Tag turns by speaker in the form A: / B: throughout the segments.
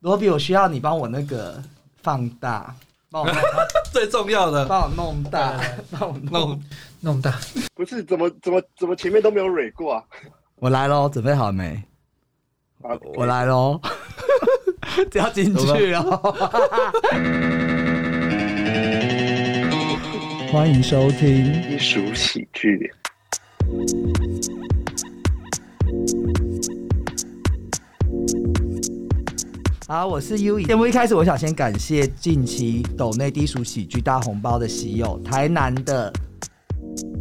A: 罗比，我需要你帮我那个放大，帮 我弄
B: 最重要的
A: 帮我弄大，帮我弄。
B: 弄
C: 弄大。
D: 不是怎么怎么怎么前面都没有蕊过啊？
A: 我来喽，准备好没？
D: 啊，
A: 我来 喽，只要进去哦。 欢迎收听，
D: 艺术喜剧，
A: 好，我是 U 以。节目一开始，我想先感谢近期抖内低俗喜剧大红包的喜友，台南的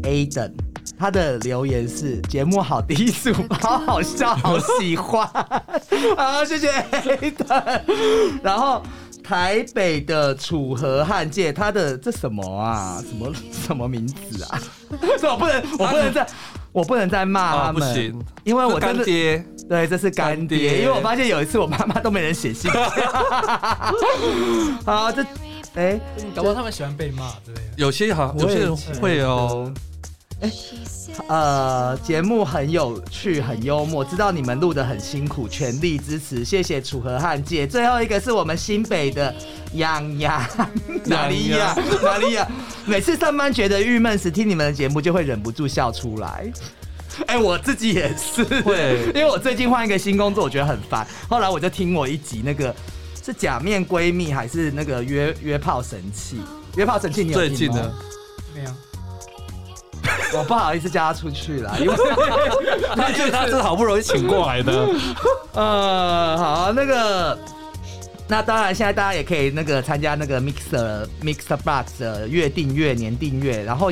A: A 等。他的留言是：节目好低俗，好好笑，好喜 欢。好，谢谢 A 等。然后台北的楚河汉界，他的这什么啊？什么什么名字 啊？所以我不能，我不能再，我不能再骂他
B: 啊，不
A: 们，
B: 行，
A: 因为我
B: 这
A: 真
B: 干
A: 的
B: 爹
A: 对，这是干爹，
B: 干爹
A: 因为我发现有一次我妈妈都没人写信。 好，这哎
C: 搞不好他们喜欢被骂之类的。
B: 有些好，有些人会哦，
A: 呃，节目很有趣，很幽默，知道你们录的很辛苦，全力支持，谢谢楚河汉界。最后一个是我们新北的养 羊，哪里呀？哪里呀？每次上班觉得郁闷时，听你们的节目就会忍不住笑出来。哎、我自己也是，
B: 会
A: 因为我最近换一个新工作，我觉得很烦。后来我就听我一集那个是假面闺蜜还是那个约约炮神器？约炮神器你有
B: 最
A: 听吗
B: 近的，
C: 没有，
A: 我不好意思叫他出去 了，因为
B: 他就他是好不容易请过来的，
A: 呃，好，那个，那当然，现在大家也可以那个参加那个 Mixer Mixer Box 的月订阅、年订阅，然后。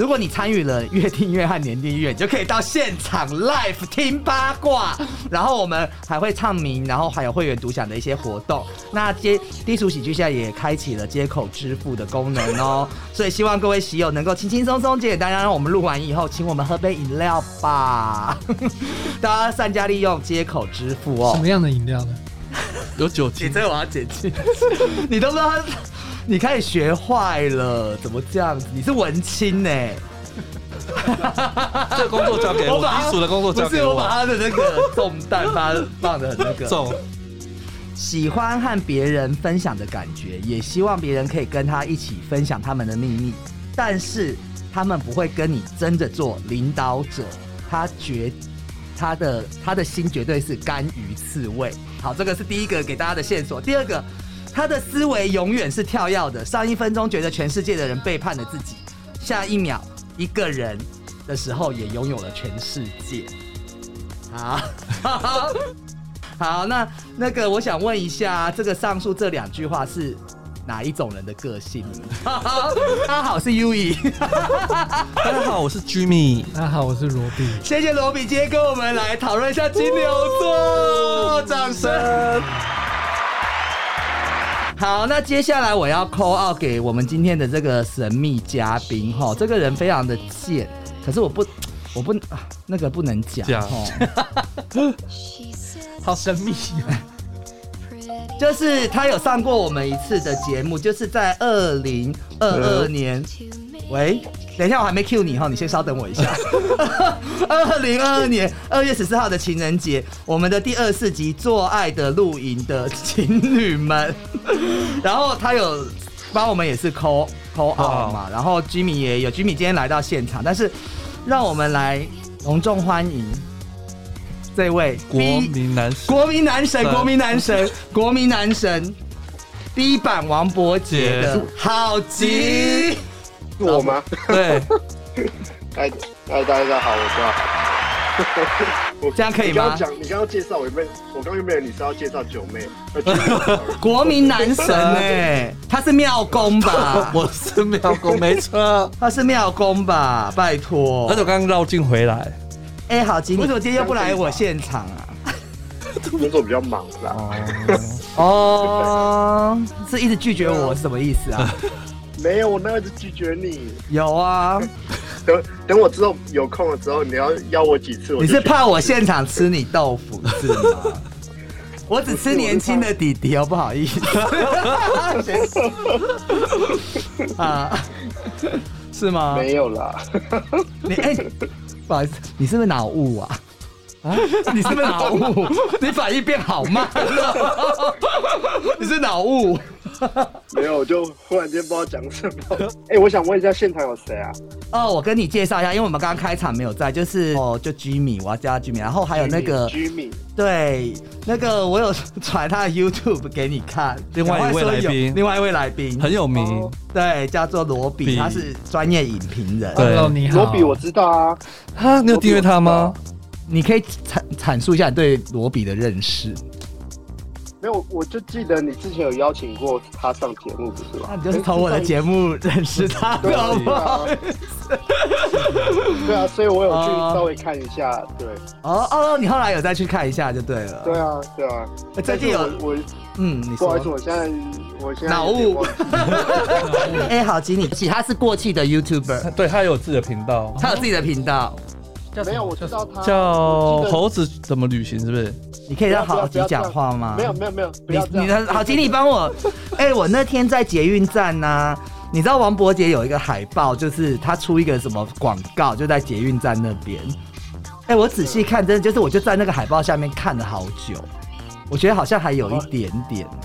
A: 如果你参与了月订阅和年订阅，你就可以到现场 live 听八卦，然后我们还会唱名，然后还有会员独享的一些活动。那接低俗喜剧现在也开启了接口支付的功能哦，所以希望各位喜友能够轻轻松松、简简单单，让我们录完以后请我们喝杯饮料吧。 大家善加利用接口支付哦
C: 什。么样的饮料呢？
B: 有酒
A: 你
B: 精，
A: 这个我要剪进去， 你都不知道他，你开始学坏了，怎么这样子？你是文青呢、
B: 这个工作交给我，
A: 把
B: 低俗的工作交
A: 不是
B: 给
A: 我
B: 我
A: 把，他的那个重担发放的很那个。
B: 重
A: 喜欢和别人分享的感觉，也希望别人可以跟他一起分享他们的秘密，但是他们不会跟你争着做领导者，他绝他的他的心绝对是甘于刺猬。好，这个是第一个给大家的线索。第二个，他的思维永远是跳跃的，上一分钟觉得全世界的人背叛了自己，下一秒一个人的时候也拥有了全世界。好。 好，那那个我想问一下，这个上述这两句话是哪一种人的个性？ 他好是 U E，
B: 大家好，我是 Jimmy，
C: 大家好，我是罗比。
A: 谢谢罗比今天跟我们来讨论一下金牛座，掌声。好，那接下来我要 call out 给我们今天的这个神秘嘉宾哈，这个人非常的贱，可是我不，我不，啊那个不能讲
B: 讲
A: 齁
C: 好神 秘，
A: 就是他有上过我们一次的节目，就是在二零二二年。喂，等一下，我还没 Q 你哈，你先稍等我一下。 二零二二年二月十四号的情人节，我们的第二四集《做爱的露营》的情侣们， 然后他有帮我们也是抠抠 out 嘛，然后 Jimmy 也有，Jimmy 今天来到现场，但是让我们来隆重欢迎这位
B: 国
A: B-
B: 民男神，
A: 国民男神，
B: 对
A: 国民男 神，国民男神第一版王伯杰嗯的
B: 姐
A: 好极，
D: 是我吗？
B: 对，？
D: 哎哎，大家好，我是阿豪。 我
A: 这样可以
D: 你刚
A: 吗
D: 刚？讲，你刚刚介绍我原本，我刚原本你是要介绍九妹，呃九妹
A: 国民男 神哎、他是庙公吧
B: 我是妙公，没错，
A: 他是庙公吧？拜托
B: 而且，我刚刚绕进回来，
A: 哎、好极，你为什么今天又不来我现场啊？
D: 工作比较忙 啦，
A: 哦，是一直拒绝我是什么意思 啊？
D: 没有，我那一直拒绝你。
A: 有啊，
D: 等等，我之后有空的时候，你要邀我几次，我
A: 你
D: 就是
A: 怕我现场吃你豆腐是吗？ 我只吃年轻的弟弟哦，不好意思。 啊，是吗？
D: 没有啦，
A: 你哎、不好意思，你是不是脑 雾啊？啊，你是不是脑雾？你反应变好慢了。是脑雾？
D: 没有，我就忽然间不知道讲什么。 哎、我想问一下，现场有谁啊？
A: 哦，我跟你介绍一下，因为我们刚刚开场没有在，就是哦，就 Jimmy，我要叫他 Jimmy，然后还有那个
D: Jimmy，
A: 对，那个我有传他的 YouTube 给你看，
B: 另外一位来
A: 赶
B: 宾
A: 快说有另外一位来宾，
B: 很有名，
D: 哦
A: 对，叫做罗比，
B: 比
A: 他是专业影评人。
B: 对
C: Hello，你好。
D: 罗比我知道啊，
B: 哈，你有订阅他吗？
A: 你可以阐阐述一下你对罗比的认识。
D: 没有，我就记得你之前有邀请过他上节目，不是吗？
A: 那啊你就是从我的节目认识他
D: 对
A: 的，
D: 啊
A: 好不哦
D: 对
A: 好
D: 啊？对啊，所以我有去
A: 哦
D: 稍微看一下，对，
A: 哦哦，你后来有再去看一下就对了。
D: 对啊，对啊。
A: 呃最近
D: 但是
A: 有，
D: 我我
A: 嗯，你
D: 不好
A: 说
D: 意思，。我现在我现在
A: 脑
D: 有点
A: 雾
D: 忘记
A: 哎、好吉你，其他是过气的 YouTuber，
B: 对他有自己的频道，
A: 他有自己的频道，
C: 叫什么
D: 没有，我知道 他
B: 叫
D: 我记得
B: 猴子怎么旅行，是不是？
A: 你可以让好吉讲话吗？
D: 没有没有没有，不要这
A: 你你
D: 样
A: 的好吉，你帮 我。哎、我那天在捷运站呢、你知道王伯杰有一个海报，就是他出一个什么广告，就在捷运站那边。哎、我仔细看，真的就是我就在那个海报下面看了好久，我觉得好像还有一点点、欸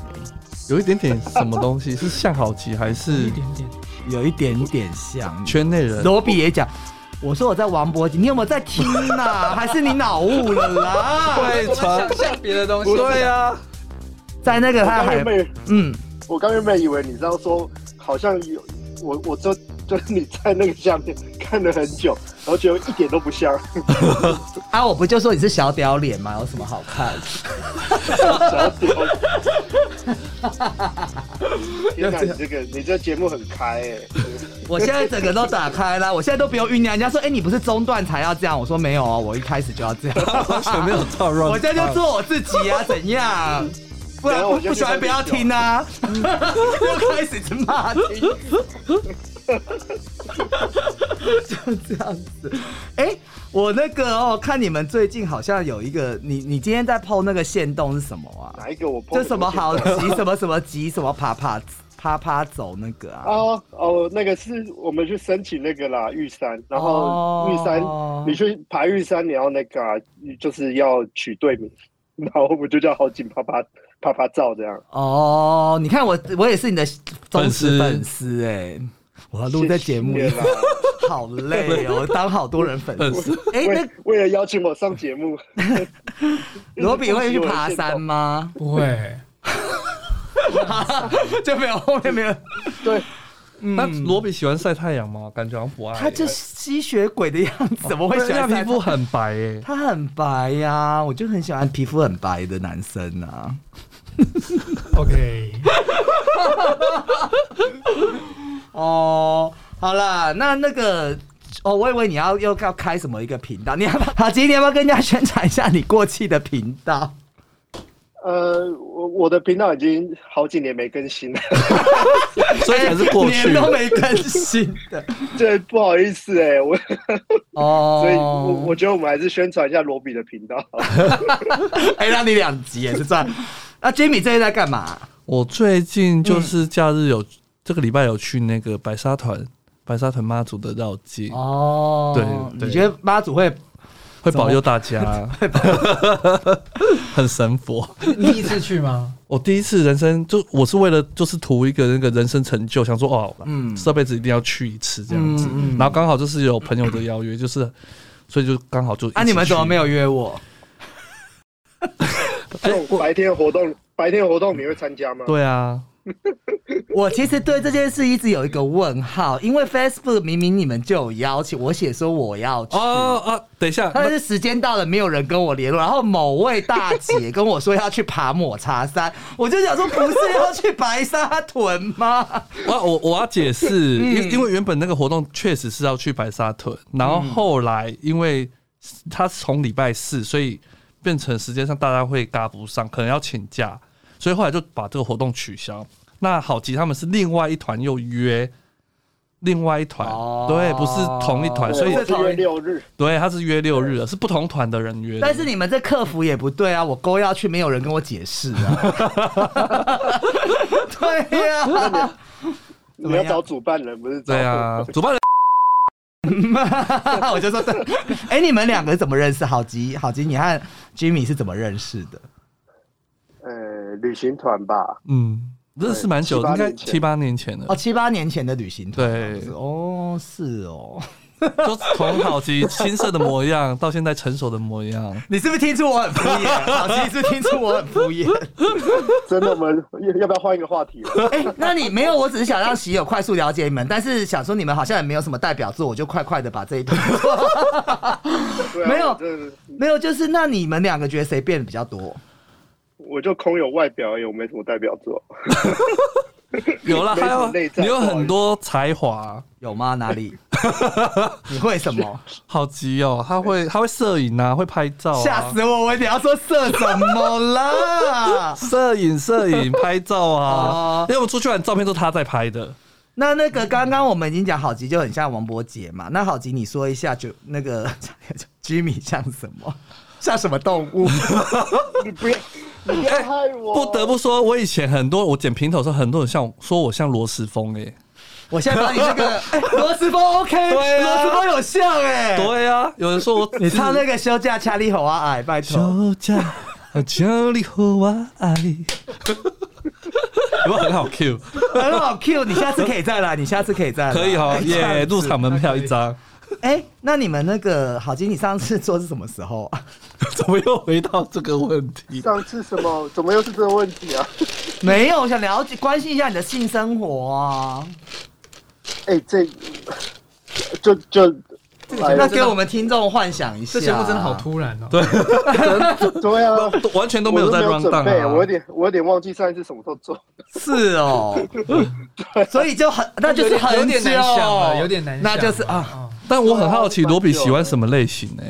B: 有一点点什么东西，是向好奇还
C: 一
B: 是
C: 点点，
A: 有一点点像。
B: 圈内人？
A: 罗比也讲，我说我在王伯杰，你有没有在听呐、还是你脑雾了啦？
B: 会传
C: 像别的东
B: 对啊，
A: 在那个
D: 我
A: 他的
D: 刚
A: 海
D: 原，本
A: 嗯，
D: 我刚原本以为你知道说，好像有我我就 就是你在那个下面看了很久，然后觉得一点都 不像，
A: 啊，我不就说你是小屌脸吗？有什么好看？
D: 小屌。天哪，你这个你这节目很开哎、
A: 我现在整个都打开了，我现在都不用酝酿。人家说，哎、你不是中断才要这样？我说没有哦，我一开始就要这样。
B: 完全没有到 run。
A: 我现在就做我自己啊，怎样？不然
D: 等一
A: 不
D: 下我先
A: 不喜欢不要听啊！又开始骂， 就这样子。哎、我那个哦，看你们最近好像有一个，你你今天在剖那个线洞是什么啊？
D: 哪一个我碰
A: 就什么好急什么什么急什么啪啪啪啪走那个啊？
D: 哦哦，那个是我们去申请那个啦，玉山，然后玉山、
A: 哦
D: 你去爬玉山，你要那个、啊、就是要取队名，然后我就叫好景啪啪啪啪照这样。
A: 哦，你看我，我也是你的忠实粉丝哎、我要录在节目里
D: 谢谢， 啦，
A: 好累哦，当好多人 粉丝。哎、
D: 为
A: 那
D: 为了邀请我上节目，
A: 罗比会去爬山 吗？
C: 不会，
A: 就没有后面没有，
D: 对，
B: 那罗比喜欢晒太阳吗？感觉好像不爱。
A: 嗯他就是吸血鬼的样子，怎么会
B: 对
A: 喜
B: 他
A: 欢
B: 皮
A: 晒
B: 肤？很白欸诶，
A: 他很白呀、我就很喜欢皮肤很白的男生啊。
C: OK，
A: 哦，好啦，那那个。哦，我以为你要又要开什么一个频道，你要不要好，今天要不要跟大家宣传一下你过去的频道？
D: 呃，我我的频道已经好几年没更新了，
B: 所以才是过 去
A: 年。都没更新的
D: 对，不好意思哎、我
A: 哦
D: 所以我我觉得我们还是宣传一下罗比的频道。
A: 哎、让你两集也是算。那 Jimmy 这一在干嘛？
B: 我最近就是假日有，这个礼拜有去那个白沙屯，白沙屯妈祖的绕境，
A: 哦
B: 对对
A: 你觉得妈祖会？
B: 会保佑大家， 很神佛。
C: 你第一次去吗？
B: 我第一次人生就我是为了就是图一个那个人生成就，想说哦，
A: 嗯
B: 嗯，这辈子一定要去一次这样子。
A: 嗯嗯
B: 然后刚好就是有朋友的邀约，就是所以就刚好就
A: 啊，你们怎么没
B: 有？
A: 有约我？
D: 这种白天活动，白天活动你会参加吗？
B: 对啊，
A: 我其实对这件事一直有一个问号，因为 Facebook 明明你们就有邀请，我写说我要去。
B: 哦啊，等一下，
A: 但是时间到了，没有人跟我联络。然后某位大姐跟我说要去爬抹茶山，我就想说不是要去白沙屯吗？
B: 我啊我我要解释，因、因为原本那个活动确实是要去白沙屯，然后后来因为他从礼拜四，所以变成时间上大家会嘎不上，可能要请假，所以后来就把这个活动取消。那好吉他们是另外一团又约。另外一团，
A: 哦
B: 对，不是同一团，
D: 对，
B: 啊所以
D: 我是约六日，
B: 对，他是约六日的，是不同团的人约的。
A: 但是你们这客服也不对啊，我勾要去，没有人跟我解释啊。 对呀、怎
D: 你
A: 么样
D: 要找主办人，不是找
B: 对啊，主办人
A: 我就说对。哎、你们两个怎么认识？好吉，好吉，你和 Jimmy 是怎么认识的？
D: 呃，旅行团吧，
B: 嗯，认识蛮久的，应
D: 七八
B: 该
D: 年
B: 七八年前
D: 前
B: 了
A: 哦，。七八年前的旅行团这样
B: 对
A: 子，，哦，是哦，
B: 就从好奇青涩的模样到现在成熟的模样，
A: 你是不是听出我很敷衍？老师，你是不是听出我很敷衍？
D: 真的，我们 要要不要换一个话题啊了？
A: 哎、那你没有，我只是想让喜友快速了解你们，但是想说你们好像也没有什么代表作，我就快快的把这一段 做完。
D: 对啊
A: 没有
D: 这
A: 没有，就是那你们两个觉得谁变得比较多？
D: 我就空有外表而已，我没什么代表作。
B: 有了，
D: 没什
B: 还
D: 么
B: 有
D: 内在
B: 你有
D: 不好意思
B: 很多才华，
A: 有吗？哪 里？你会什么？
B: 好急哦！他会他会摄影啊，会拍照、啊，
A: 吓死我！我你要说色什么啦？
B: 摄影摄影拍照啊
A: 哦，
B: 因为我们出去玩，照片都是他在拍的。
A: 那那个刚刚我们已经讲好吉就很像王伯杰嘛，那好吉你说一下就那个 Jimmy 像什么？像什么动 物？
D: 你不要，你不要害我，
B: 哎不得不说，我以前很多我剪平头的时候，很多人像说我像罗时峰哎、
A: 我现在把你那个哎罗斯峰 OK，
B: 对啊
A: 罗斯峰有像哎、
B: 对啊，有人说我
A: 你唱那个休假恰里吼啊哎，拜托，
B: 休 假，家啊里和我 爱， 有没有很好 Q？
A: 很哎好 Q，你下次可以再来，你下次可以再来，
B: 可以哦，
A: 这样
B: 耶！
A: 子
B: 入场门票一张，
A: 哎、那你们那个好吉，你上次做是什么时候啊？
B: 怎么又回到这个问题？
D: 上次什么？怎么又是这个问题啊？
A: 没有，我想了解关心一下你的性生活啊。
D: 哎、这就就
C: 哎
D: 来
A: 那
D: 了，
A: 给我们听众幻想一下，
C: 这节目真的好突然哦。
B: 对
D: 对啊，
B: 都完全都没有在
D: 我都
B: round
D: 没有准
B: down
D: 备，我有
B: 啊！
D: 点我有点忘记上一次什么时候做。
A: 是 哦，所以就很，那就是很久
C: 有点难想了，有点难想了。
A: 那就是啊，
C: 哦，
B: 但我很好奇，罗比喜欢什么类型呢？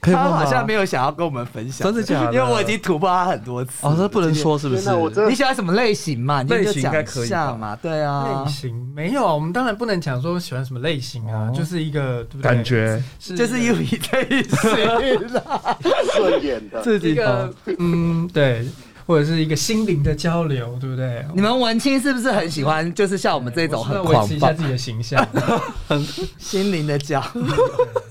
B: 可以问
A: 他
B: 吗？
A: 好像没有想要跟我们分享，
B: 真的假的
A: 因为我已经突破他很多次。
B: 哦，这不能说是不
D: 天
B: 是？
D: 哪，我真
A: 你
D: 的
A: 喜欢什么类型嘛？你
B: 类
A: 就
B: 型应
A: 讲
B: 该
A: 一
B: 可以
A: 下嘛，对啊
C: 类，型没有，我们当然不能讲说喜欢什么类型啊，就是一个对不对
B: 感觉
C: 是
A: 就是一比这一型 啦。
D: 顺眼 的，
B: 自哦
C: 一个嗯对，或者是一个心灵的交流，对不对？
A: 你们文青是不是很喜欢，就是像我们这种
C: 我是要
A: 很
C: 维
A: 狂
C: 持一下
A: 放
C: 自己的形象，
A: 心灵的 交流？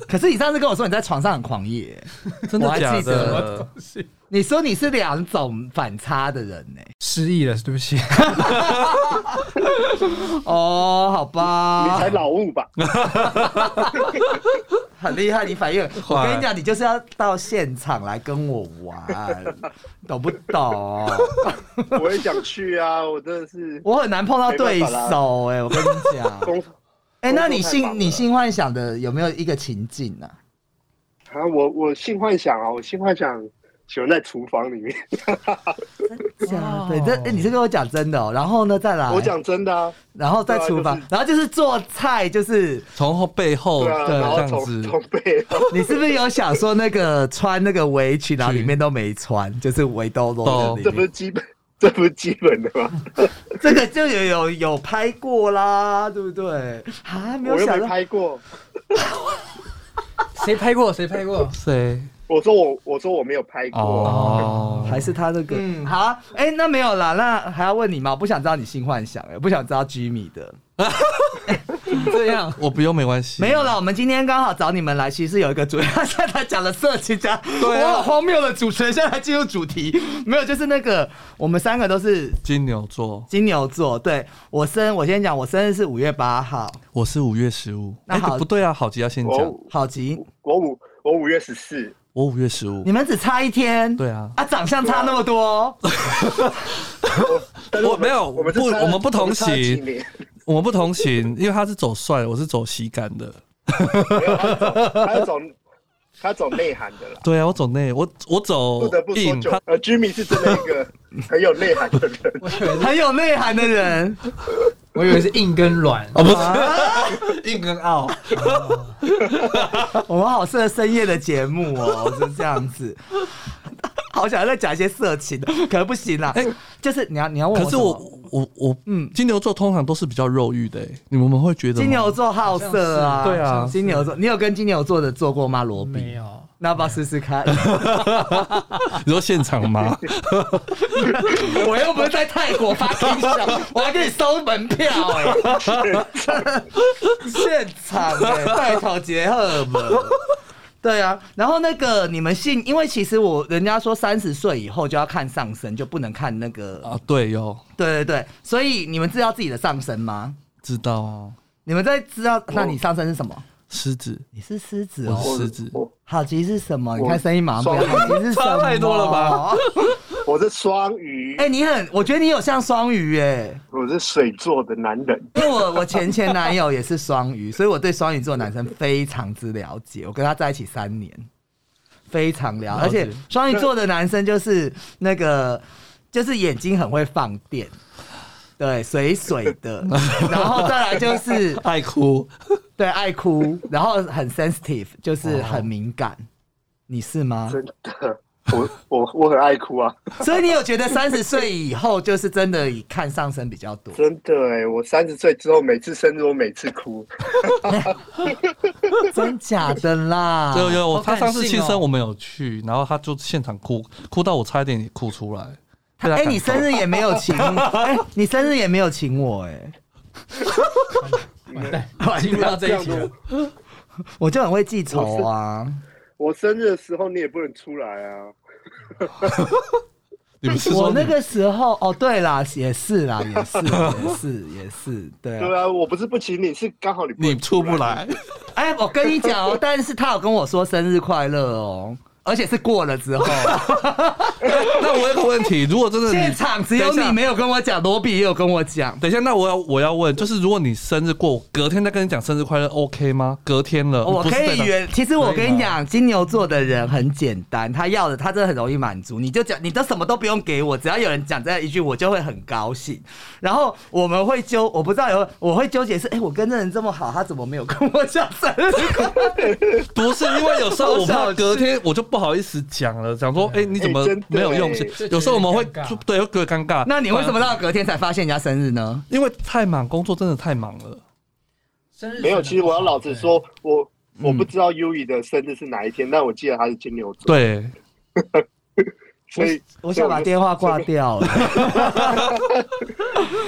A: 可是你上次跟我说你在床上很狂野，
B: 真
A: 我
B: 的
A: 还
B: 假
A: 记得
C: 什么
B: 的
C: 东？西？
A: 你说你是两种反差的人欸呢、
C: 失忆了，对不起。
A: 哦，好
B: 啊
D: 你
A: 吧
D: 才，老悟吧？
A: 很厉害，你反应。
B: 快
A: 我跟你讲，你就是要到现场来跟我玩， 懂不懂？
D: 我也想去啊，我真的是
A: 我很难碰到对
D: 没办法
A: 手哎、我跟你讲。
D: 公
A: 哎、那你
D: 工作太
A: 性
D: 忙了
A: 你性幻想的有没有一个情境呢、啊？
D: 啊，我我性幻想啊，我性幻想喜欢在厨房里面。
C: 哇
A: 对，这、哎你是跟我讲真的哦、然后呢，再
B: 哎
A: 来，
D: 我，讲真的啊，
A: 然后在厨房，
D: 对啊
A: 然后
D: 就是
A: 就是做菜，就是
B: 从后背后
D: 对啊，
B: 哦这
D: 然后
B: 样
D: 从
B: 子，
D: 从背后，
A: 你是不是有想说那个穿那个围裙，然后里面都没穿，就是围兜兜
B: 懂
A: 的
D: 这
A: 里
D: 不是
A: 面？
D: 基本，这不是基本的吗？
A: 这个就有有有拍过啦，对不对？啊，没
D: 我
A: 有
D: 又
A: 想
D: 没
A: 到，
D: 拍过。
C: 谁拍过？谁拍过？
B: 谁？
D: 我说我我说我没有拍过，
B: 哦，
A: 还是他那个，
C: 嗯
A: 好啊，哎、那没有啦，那还要问你吗？我不想知道你性幻想、哎，不想知道 Jimmy 的，
C: 这样
B: 我不用没关系，
A: 哦没有啦。嗯我们今天刚好找你们来，其实有一个主题，他现在讲了色情 家，
B: 对啊
A: 我好荒谬的主持人，现在才进入主题，没有，就是那个我们三个都是
B: 金牛座，
A: 金牛座，对我生，我先讲，我生日是五月八号，
B: 我是五月十五。
A: 那
B: 哎，
A: 好
B: 不对啊，好吉要先讲，
D: 我
A: 好吉，
D: 我五我五月十四，
B: 我五月十五
A: 你。们只差一天，
B: 对啊
A: 啊，长相差那么多，
D: 但是
B: 我没有
D: 我
B: 不
D: 们这差了
B: 我们不同
D: 这差了几
B: 行
D: 年
B: 我们不同行，因为他是走帅，我是走喜感的。
D: 没有他走他走他走内涵的啦。
B: 对啊，我走内，我我走
D: 不得不说
B: 哦硬，
D: 就
B: 他，
D: 呃，Jimmy 是真的一个很有内涵的人。
C: 我以
B: 啊
C: 为是
A: 很有内涵的人。
C: 我以为是硬跟软，
B: 哦不是硬跟傲，
A: 我们好适合深夜的节目哦，就是这样子。好想再讲一些色情的，可能不行啦。
B: 哎
A: 就是你要你要问
B: 可
A: 我
B: 是
A: 什么，
B: 我我我嗯
A: 嗯，
B: 金牛座通常都是比较肉欲的，哎你们会觉得吗
A: 金牛座好色啊，
C: 好
B: 像是对啊
A: 金牛座，你有跟金牛座的做过吗？罗
C: 没
A: 比，
C: 有。
A: 那要不要试试看？
B: 你说现场吗？
A: 我又不是在泰国发听响，我还给你收门票哎、欸现场哎、欸，拜托杰赫们。对啊，然后那个你们信，因为其实我人家说三十岁以后就要看上身，就不能看那个，
B: 啊，对，有
A: 对对对，所以你们知道自己的上身吗？
B: 知道啊，
A: 你们在知道？那你上身是什么？
B: 狮子，
A: 你是狮子
B: 我
A: 哦，
B: 是狮子，
D: 我
A: 好奇是什么？
D: 我
A: 你看声音马上不要，
D: 双
A: 好奇是什么？
B: 差太多了吧？
D: 我是双 鱼
A: 哎、，你很，我觉得你有像双鱼哎、
D: 我是水做的男人。
A: 因为我我前前男友也是双鱼，所以我对双鱼座男生非常之了解。我跟他在一起三年，非常了，
B: 了解
A: 而且双鱼座的男生就是那个，就是眼睛很会放电，对，水水 的，然后再来就是
B: 爱 哭，
A: 对爱哭，然后很 sensitive，就是很敏感。你是吗？
D: 真的，我我我很爱哭啊！
B: 哦
A: 所以你有觉得三十岁以后就是真的以看上身比较多？
D: 真的哎、我三十岁之后，每次生日我每次哭。
A: 真假的啦？
B: 有有，我
A: 好
B: 他
A: 感
B: 上次
A: 性
B: 庆
A: 哦
B: 生我们有去，然后他就现场哭，哭到我差一点也哭出来。被他
A: 哎、
B: 感
A: 你
B: 动
A: 生日也没有请， 哎、你生日也没有请我、
C: 完蛋，
A: 哎，
C: 进入到这一题 了。
A: 我就很会记仇啊。
D: 我生日的时候，你也不能出来啊！
B: 你不是
A: 我
B: 说
A: 那
B: 你
A: 个时候，哦，对啦，也是啦，也是，也是，也是，对啊
D: 对。啊，我不是不请你，是刚好你不
B: 你
D: 能
B: 出不 来，
A: 哎、我跟你讲哦，但是他有跟我说生日快乐哦，而且是过了 之后，
B: 那我有个问题，如果真的
A: 现
B: 你
A: 场只有
B: 等一
A: 你
B: 下
A: 没有跟我讲，罗比也有跟我讲。
B: 等一下，那我要我要问，就是如果你生日过，我隔天再跟你讲生日快乐，OK 吗？隔天了，
A: 哦我
B: 不是
A: 可
B: 在
A: 以
B: 讲
A: 原，其实我
B: 可以
A: 跟你
B: 吗
A: 讲，金牛座的人很简单，他要的他真的很容易满足。你就讲，你都什么都不用给我，只要有人讲这样一句，我就会很高兴。然后我们会纠，我不知道有我会纠结是，哎、我跟这人这么好，他怎么没有跟我讲生 日快乐？
B: 不是因为有时候我
A: 好
B: 怕
A: 小气
B: 隔天我就不好意思讲了，讲说哎、你怎么
D: 哎真的
B: 没有用
D: 哎
B: 心
C: 这？
B: 有时候我们会
C: 觉得很尴尬
B: 对会尴尬。
A: 那你为什么到隔天才发现人家生日呢？
B: 因为太忙，工作真的太忙了。
C: 生日
D: 没有，其实我要老实说，我
A: 嗯
D: 我不知道优以的生日是哪一天，但我记得他是金牛座，
B: 对，
D: 所以
A: 我想把电话挂掉了，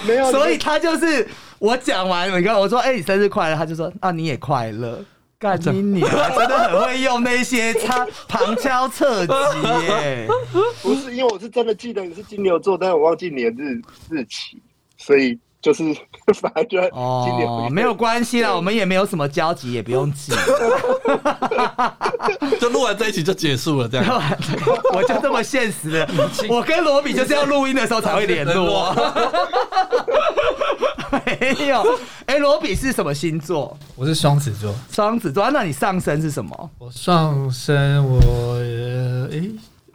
D: 没有，
A: 所以他就是我讲完，你跟我说，哎、你生日快乐，他就说，啊，你也快乐。干你娘！真的很会用那些他旁敲侧击耶。
D: 不是因为我是真的记得你是金牛座，但我忘记你的日日期，所以就是 反正就在金牛
A: 哦，没有关系啦，我们也没有什么交集，也不用 急。
B: 就录完这一期就结束了，这样。
A: 我就这么现实 的，我跟罗比就是要录音的时候才会联络。 没有，哎、罗比是什么星座？
C: 我是双子座，
A: 双子座。啊那你上升是什么？
C: 我上升我呃诶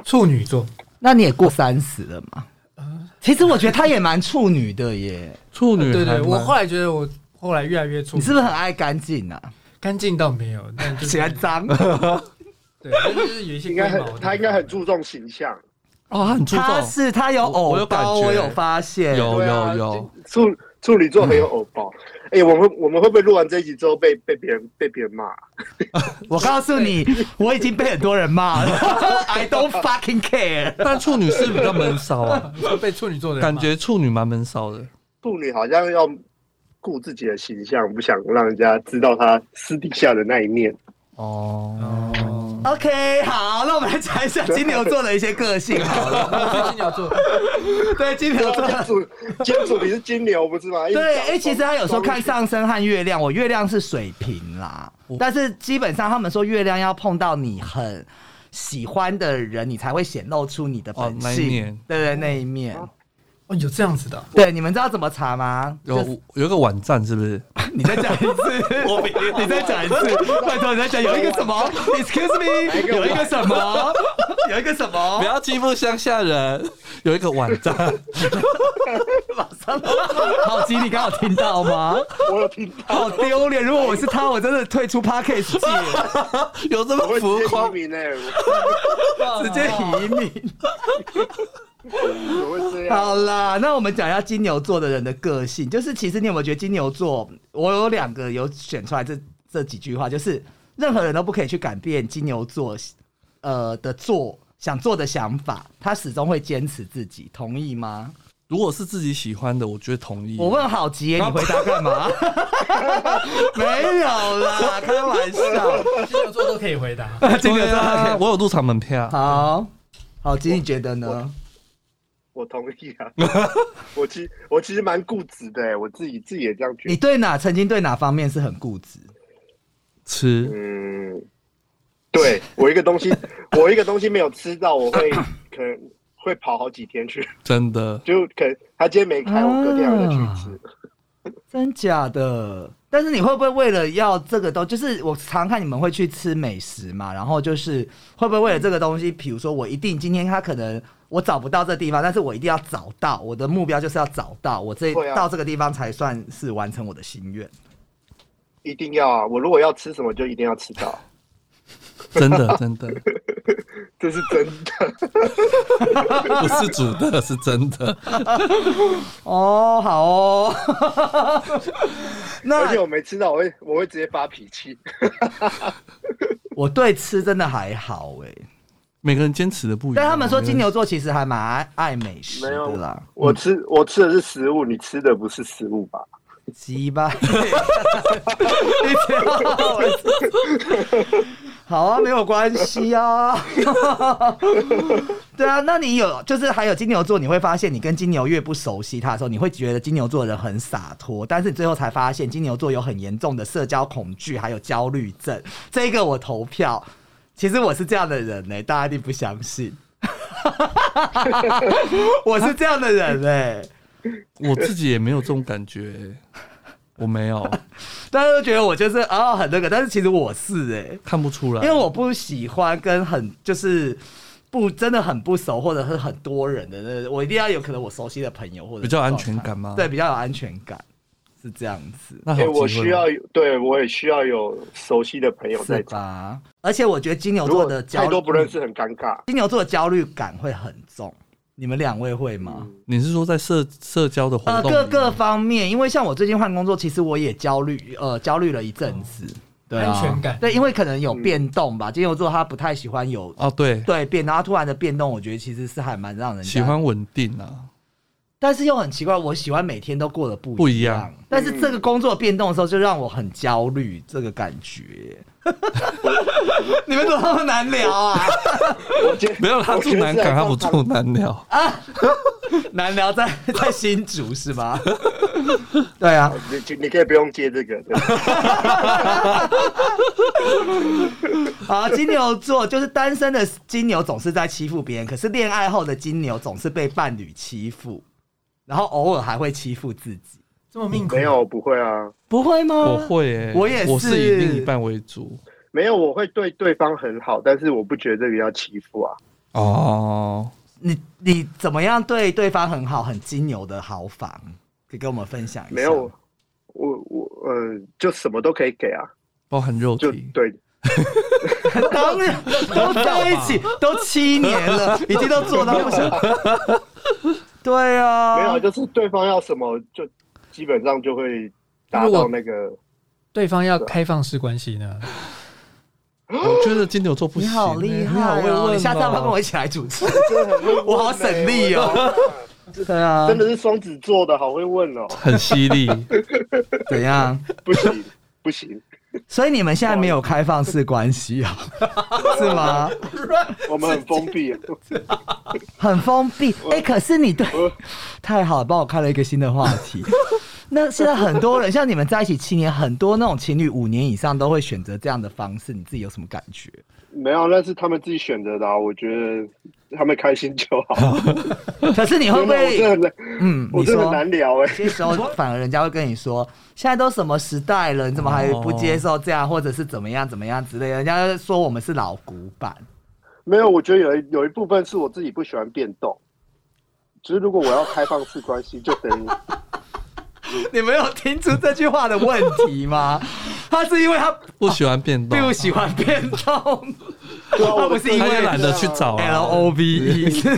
C: 处女座，
A: 那你也过三十了嘛？呃其实我觉得她也蛮处女的耶。
B: 处女
C: 对对，
B: 还蛮
C: 我后来觉得我后来越来越处
A: 你
C: 女，
A: 是不是很爱干净啊？
C: 干净倒没有，但就是
A: 喜欢脏？
C: 对，但就是有一些
D: 应该
C: 龟毛
D: 很
C: 的
D: 他应该很注重形象，
B: 哦，他很注
A: 她
B: 重，
A: 是她有
B: 我我
A: 偶
B: 有感
A: 包，
B: 觉
A: 我有发现。
B: 有
D: 对啊
B: 有有，
D: 处处女座很有偶包。
A: 嗯
D: 哎、我们我们会不会录完这一集之后被被别人被别人骂？
A: 我告诉你，我已经被很多人骂 了。I don't fucking care。
B: 但处女是比较闷骚啊，
C: 你说被处女座的人
B: 感
C: 骂
B: 觉处女蛮闷骚的。
D: 处女好像要顾自己的形象，不想让人家知道她私底下的那 一面。
B: 哦，
C: 哦，
A: OK，好，那我们来讲一下金牛座的一些个性好 了。
C: 是金牛座，
A: 对，金牛座
D: 今。天主今天主题是金牛，不是吗？
A: 对，哎、
D: 哎，
A: 其实他有时候看上升和月亮，我月亮是水瓶啦，但是基本上他们说月亮要碰到你很喜欢的人，你才会显露出你的本
B: 哦那一
A: 性
B: 面，
A: 对对，那一面。
C: 哦，有这样子的啊，
A: 对，你们知道怎么查吗？就是
B: 有有一个网站是不是？
A: 你再讲一次， 我你再讲一次，拜托你再讲，有一个什么？Excuse me，有一个什么？有一个什么？
B: 不要欺负乡下人，有一个网站。
A: 马上，好奇，你刚好听到吗？
D: 我有听到，
A: 好丢脸！如果我是他，我真的退出 Parkes 界，
B: 有这
D: 我
B: 么
D: 会
B: 浮
D: 直接移欸
B: 夸？
D: 民呢，
A: 直接移民。
D: 我会这 样。
A: 好啦，那我们讲一下金牛座的人的个性，就是其实你有没有觉得金牛座？我有两个有选出来这这几句话，就是任何人都不可以去改变金牛座呃的做想做的想法，他始终会坚持自己，同意吗？
B: 如果是自己喜欢的，我觉得同意。
A: 我问好吉耶，你回答干 嘛？没有啦， 开玩笑。
C: 金牛座都可以回答。
B: 对啊，我有入场门票。
A: 好，好吉，你觉得呢？
D: 我同意啊。我其我其实蛮固执的、欸，我自己自己也这样觉
A: 你
D: 得。
A: 对哪曾经对哪方面是很固执？
B: 吃
D: 嗯，对我一个东西， 我一个东西没有吃到，我会 可能会跑好几天去，
B: 真的
D: 就可能他今天没开，我隔天还会再去吃。
A: 真假的？但是你会不会为了要这个东，就是我常看你们会去吃美食嘛，然后就是会不会为了这个东西，比如说我一定今天他可能我找不到这地方，但是我一定要找到，我的目标就是要找到我这、
D: 会啊
A: 到这个地方才算是完成我的心愿。
D: 一定要啊！我如果要吃什么，就一定要吃到，
B: 真的真的，
D: 这是真的。
B: 不是煮 的，是真的。
A: 哦，好哦，
D: 而
A: 那
D: 且我没吃到，我会我会直接发脾气。
A: 我对吃真的还好哎、
B: 每个人坚持的不一样。
A: 但他们说金牛
B: 我
A: 座其实还蛮爱爱美食的啦，
D: 我吃我吃的是食物，你吃的不是食物吧？
A: 鸡巴，你不要我 好啊，没有关系啊。 对啊，那你有就是还有金牛座，你会发现你跟金牛越不熟悉他的时候，你会觉得金牛座人很洒脱，但是你最后才发现金牛座有很严重的社交恐惧，还有焦虑症。这个我投票，其实我是这样的人呢、大家一定不相信， 我是这样的人哎、
B: 我自己也没有这种感觉欸、我没有，
A: 大家都觉得我就是哦很那个，但是其实我是哎、
B: 看不出来。
A: 因为我不喜欢跟很就是不真的很不熟或者是很多人的那，我一定要有可能我熟悉的朋友或者
B: 比较有安
A: 状态
B: 全感吗
A: 对，比较有安全感是这样子。
B: 那好
D: 哎、
B: 机会
D: 我需要有，对我也需要有熟悉的朋友
A: 是
D: 在。
A: 吧？而且我觉得金牛
D: 如
A: 座
D: 果
A: 的焦
D: 太多不认
A: 虑，
D: 识，很尴尬。
A: 金牛座的焦虑感会很重。你们两位会吗？
B: 你是说在社社交的活
A: 呃，
B: 动里
A: 各
B: 面
A: 个方面，因为像我最近换工作，其实我也焦虑，呃，焦虑了一阵子。
B: 嗯
A: 对啊，
C: 安全感
A: 对，因为可能有变动吧。金牛座他不太喜欢有
B: 哦，对，
A: 对变，然后突然的变动，我觉得其实是还蛮让人家
B: 喜欢稳定啊，
A: 但是又很奇怪，我喜欢每天都过得不
B: 不
A: 一
B: 一样
A: 样，但是这个工作变动的时候，就让我很焦虑，这个感 觉。你们怎么那么难聊啊？
D: 我今 天
B: 没有他住南港，他不住。南寮，
A: 啊难聊在在新竹是吧？ 对啊，
D: 我觉得是在放你你可以不用接这个。对
A: 好，金牛座就是单身的金牛总是在欺负别人，可是恋爱后的金牛总是被伴侣欺负，然后偶尔还会欺负自己，
C: 这么 命苦，
D: 没有，我不会啊，
A: 不会吗？
B: 我会、欸，
A: 我也是
B: 我是以另一半为主
D: 没有，我会对对方很好，但是我不觉得这个要欺负啊。
B: 哦。
A: 你你怎么样对对方很好，很金牛的好法，可以跟我们分享一下？
D: 没有，我我嗯、就什么都可以给啊，
B: 包含肉
D: 就
B: 体，
D: 对。
A: 当然都在一 起都七年了，已经都做到不想。 对啊，
D: 没有，就是对方要什么，就基本上就会达
C: 如果
D: 到那个。
C: 对方要开放式关系呢？
B: 我觉得金牛座不
A: 你
B: 行欸、
A: 好厉害
B: 你好会
A: 哦！
B: 问
A: 你下次要不要跟我
B: 哦
A: 一起来主 持？
D: 真的很会问
A: 我好省力哦。对啊
D: 我 真的是双子座的，好会问哦。
B: 很犀利，
A: 怎样？
D: 不行， 不行，
A: 所以你们现在没有开放式关系 啊？是吗？
D: 我们很封闭。
A: 很封闭。 哎、可是你对
D: 我，
A: 太好了，帮我开了一个新的话 题。那现在很多人，像你们在一起七年，很多那种情侣五年以上都会选择这样的方式，你自己有什么感 觉？
D: 没有，那是他们自己选择的、啊，我觉得他们开心就好。
A: 可是你会
D: 真
A: 不
D: 的，我真的
A: 会？
D: 很难，
A: 嗯，
D: 我
A: 你
D: 真的
A: 说
D: 很难聊哎、
A: 这时候反而人家会跟你说，现在都什么时代了，你怎么还不接受这样，或者是怎么样怎么样之类的？人家说我们是老古板，
D: 没有，我觉得有一有一部分是我自己不喜欢变动。只是如果我要开放式关系，就等于
A: 你没有听出这句话的问题 吗？他是因为他
B: 不喜欢 变动，
A: 不喜欢变动
D: 对啊，我的
A: 不是因为
B: 他也懒得去找
A: ，L
B: 啊。
A: O V E，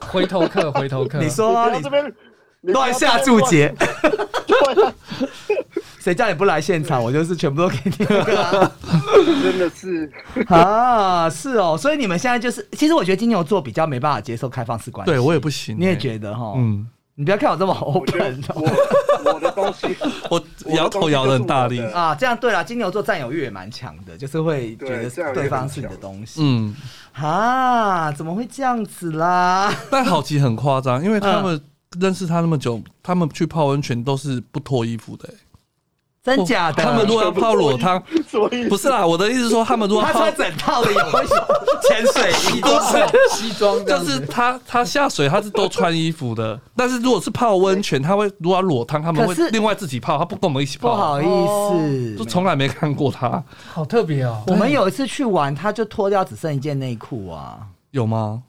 C: 回头客，回头客。
A: 你说
D: 你不
A: 啊
D: 要
A: 你
D: 这边你不要
A: 乱下注解，
D: 这边乱，
A: 谁谁叫你不来现场，我就是全部都给你那个啊。
D: 真的是
A: 啊，是哦，所以你们现在就是，其实我觉得金牛座比较没办法接受开放式关系，
B: 对我也不行、
A: 你也
B: 得？
A: 觉得哈，嗯，
B: 嗯，
A: 你不要看我这么
D: 我觉得
A: open 哦
D: 我我的东西，
B: 我摇头摇的很大力
D: 哦我。的东西就是我 的
A: 啊，这样对了，金牛座占有欲也蛮强的，就是会觉
D: 对这样
A: 得对
D: 也
A: 方
D: 很
A: 是你的
D: 强
A: 东西，
B: 嗯，
A: 啊，怎么会这样子啦？
B: 但郝奇很夸张，因为他们
D: 嗯
B: 认识他那么久，他们去泡温泉都是不脱衣服的、欸
A: 真假的？
B: 哦他们如果要泡裸汤，
D: 所以
B: 不是啊啦，我的意思是说，他们如果
A: 他
B: 泡
A: 穿整套的泳衣、潜水衣，
B: 不是。
C: 西装这
B: 就
C: 样
B: 是
C: 子，
B: 他，他下水他是都穿衣服的，但是如果是泡温泉，他会如果要裸汤，他们
A: 可
B: 会
A: 是
B: 另外自己泡，他不跟我们一起
A: 不
B: 泡，
A: 好意
B: 哦就
A: 思。
B: 从来没看过他，
C: 好特别哦。
A: 我们有一次去玩，他就脱掉只剩一件内裤啊。
B: 有吗？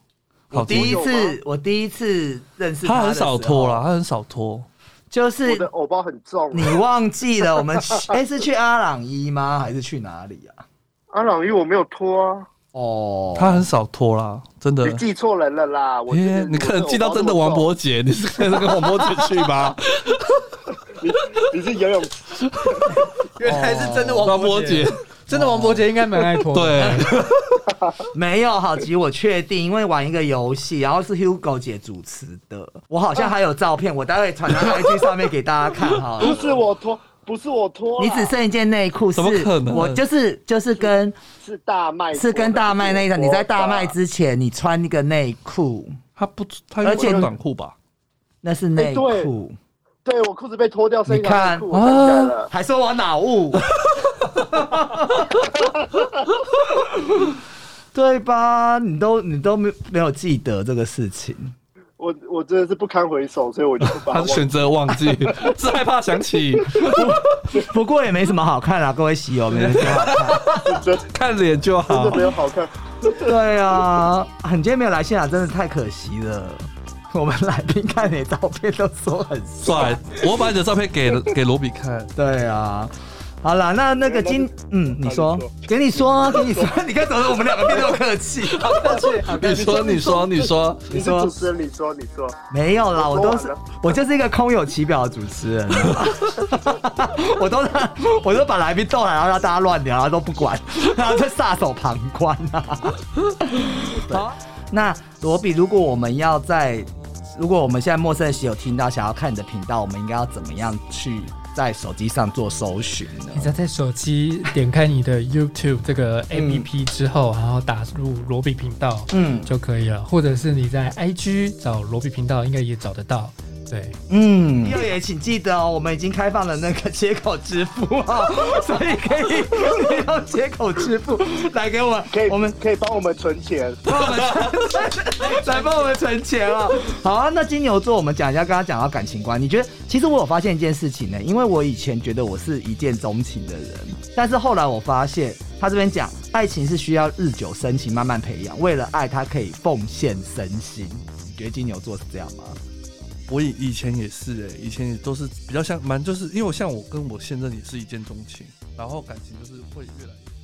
A: 我
B: 好
A: 第一
D: 我有
A: 次，我第一次认识
B: 他
A: 的
B: 很
A: 时候
B: 少脱啦，，他很少脱，
A: 就
D: 我的
A: 是
D: 偶包很重。啊
A: 你忘记了我 们去，哎、是去阿朗伊吗？还是去哪里啊？
D: 阿朗玉我没有脱啊，
A: 哦，
B: 他很少脱啦，真的
D: 你。记错人了啦。哎我
B: 耶，哎你可能记到真的王
D: 博，
B: 伯杰，你是跟那个王伯杰去吧？
D: 你你是游泳
C: 原来是真的
B: 王伯杰，，
C: 真的王伯杰应该蛮爱脱。，
B: 对，
A: 没有好吉，我确定，因为玩一个游戏，然后是 Hugo 姐主持的，我好像还有照片，我待会传到 IG 上面给大家看 哈。
D: 不是我脱，不是我脱啦，
A: 你只剩一件内裤，是
B: 怎么可能
A: 我就是就是跟
D: 是大麦脱，
A: 是跟大麦那一场，你在大麦
D: 之。
A: 之前，你穿一个内裤，
B: 他不，他应该
A: 而且
B: 穿短裤吧？
A: 那是内
D: 哎对
A: 裤，
D: 对我裤子被脱掉，剩一条
A: 你看啊
D: 内裤我想起来了。
A: 还说我脑雾， 对吧？你都你都没没有记得这个事 情，
D: 我我真的是不堪回首，所以我就把
B: 他
D: 它
B: 是选择忘记， 是害怕想起，
A: 不过也没什么好看啊啦，各位喜友们。
D: 忘真真
B: 看脸就好
D: 的没。有好看。
A: 对啊，很今天没有来现场，真的太可惜了。我们来宾看你的照片都说很 帅。
B: 帅，我把你的照片给了给罗比看。
A: 对啊。好啦，那那个今嗯，你说，给你说啊，给你说， 你看，怎么我们两个变那么客气？
C: 好客气，好
B: 你说，你说，你说，
D: 你是
A: 说
D: 主持人，你说你说，
A: 没有啦，
D: 我
A: 我
D: 说完
A: 都是
D: 了
A: 我就是一个空有其表的主持 人啊，我都是我都把来宾逗来，然后让大家乱聊，然后都不管， 然后就撒手旁观 啊。
C: 好，
A: 那罗比，如果我们要在，如果我们现在陌生的喜友听到想要看你的频道，我们应该要怎么样去在手机上做搜寻呢？
C: 你只要在手机点开你的 YouTube 这个
A: 嗯
C: APP 之后，然后打入罗比频道，
A: 嗯
C: 就可以了，或者是你在 IG 找罗比频道，应该也找得到。对，
A: 嗯，第二也请记得哦，我们已经开放了那个接口支付 啊、所以 可以利用接口支付来给我们
D: 可以
A: 我们
D: 可以帮我们存钱。
A: 帮我们 来帮我们存钱啊！好啊，那金牛座我们讲一下，刚刚讲到感情观，你觉得其实我有发现一件事情呢、因为我以前觉得我是一见钟情的人，但是后来我发现他这边讲，爱情是需要日久生情，慢慢培养，为了爱他可以奉献身心。你觉得金牛座是这样吗？
B: 我以以前也是哎、以前也都是比较像蛮，就是因为我像我跟我现任也是一见钟情，然后感情就是会越来越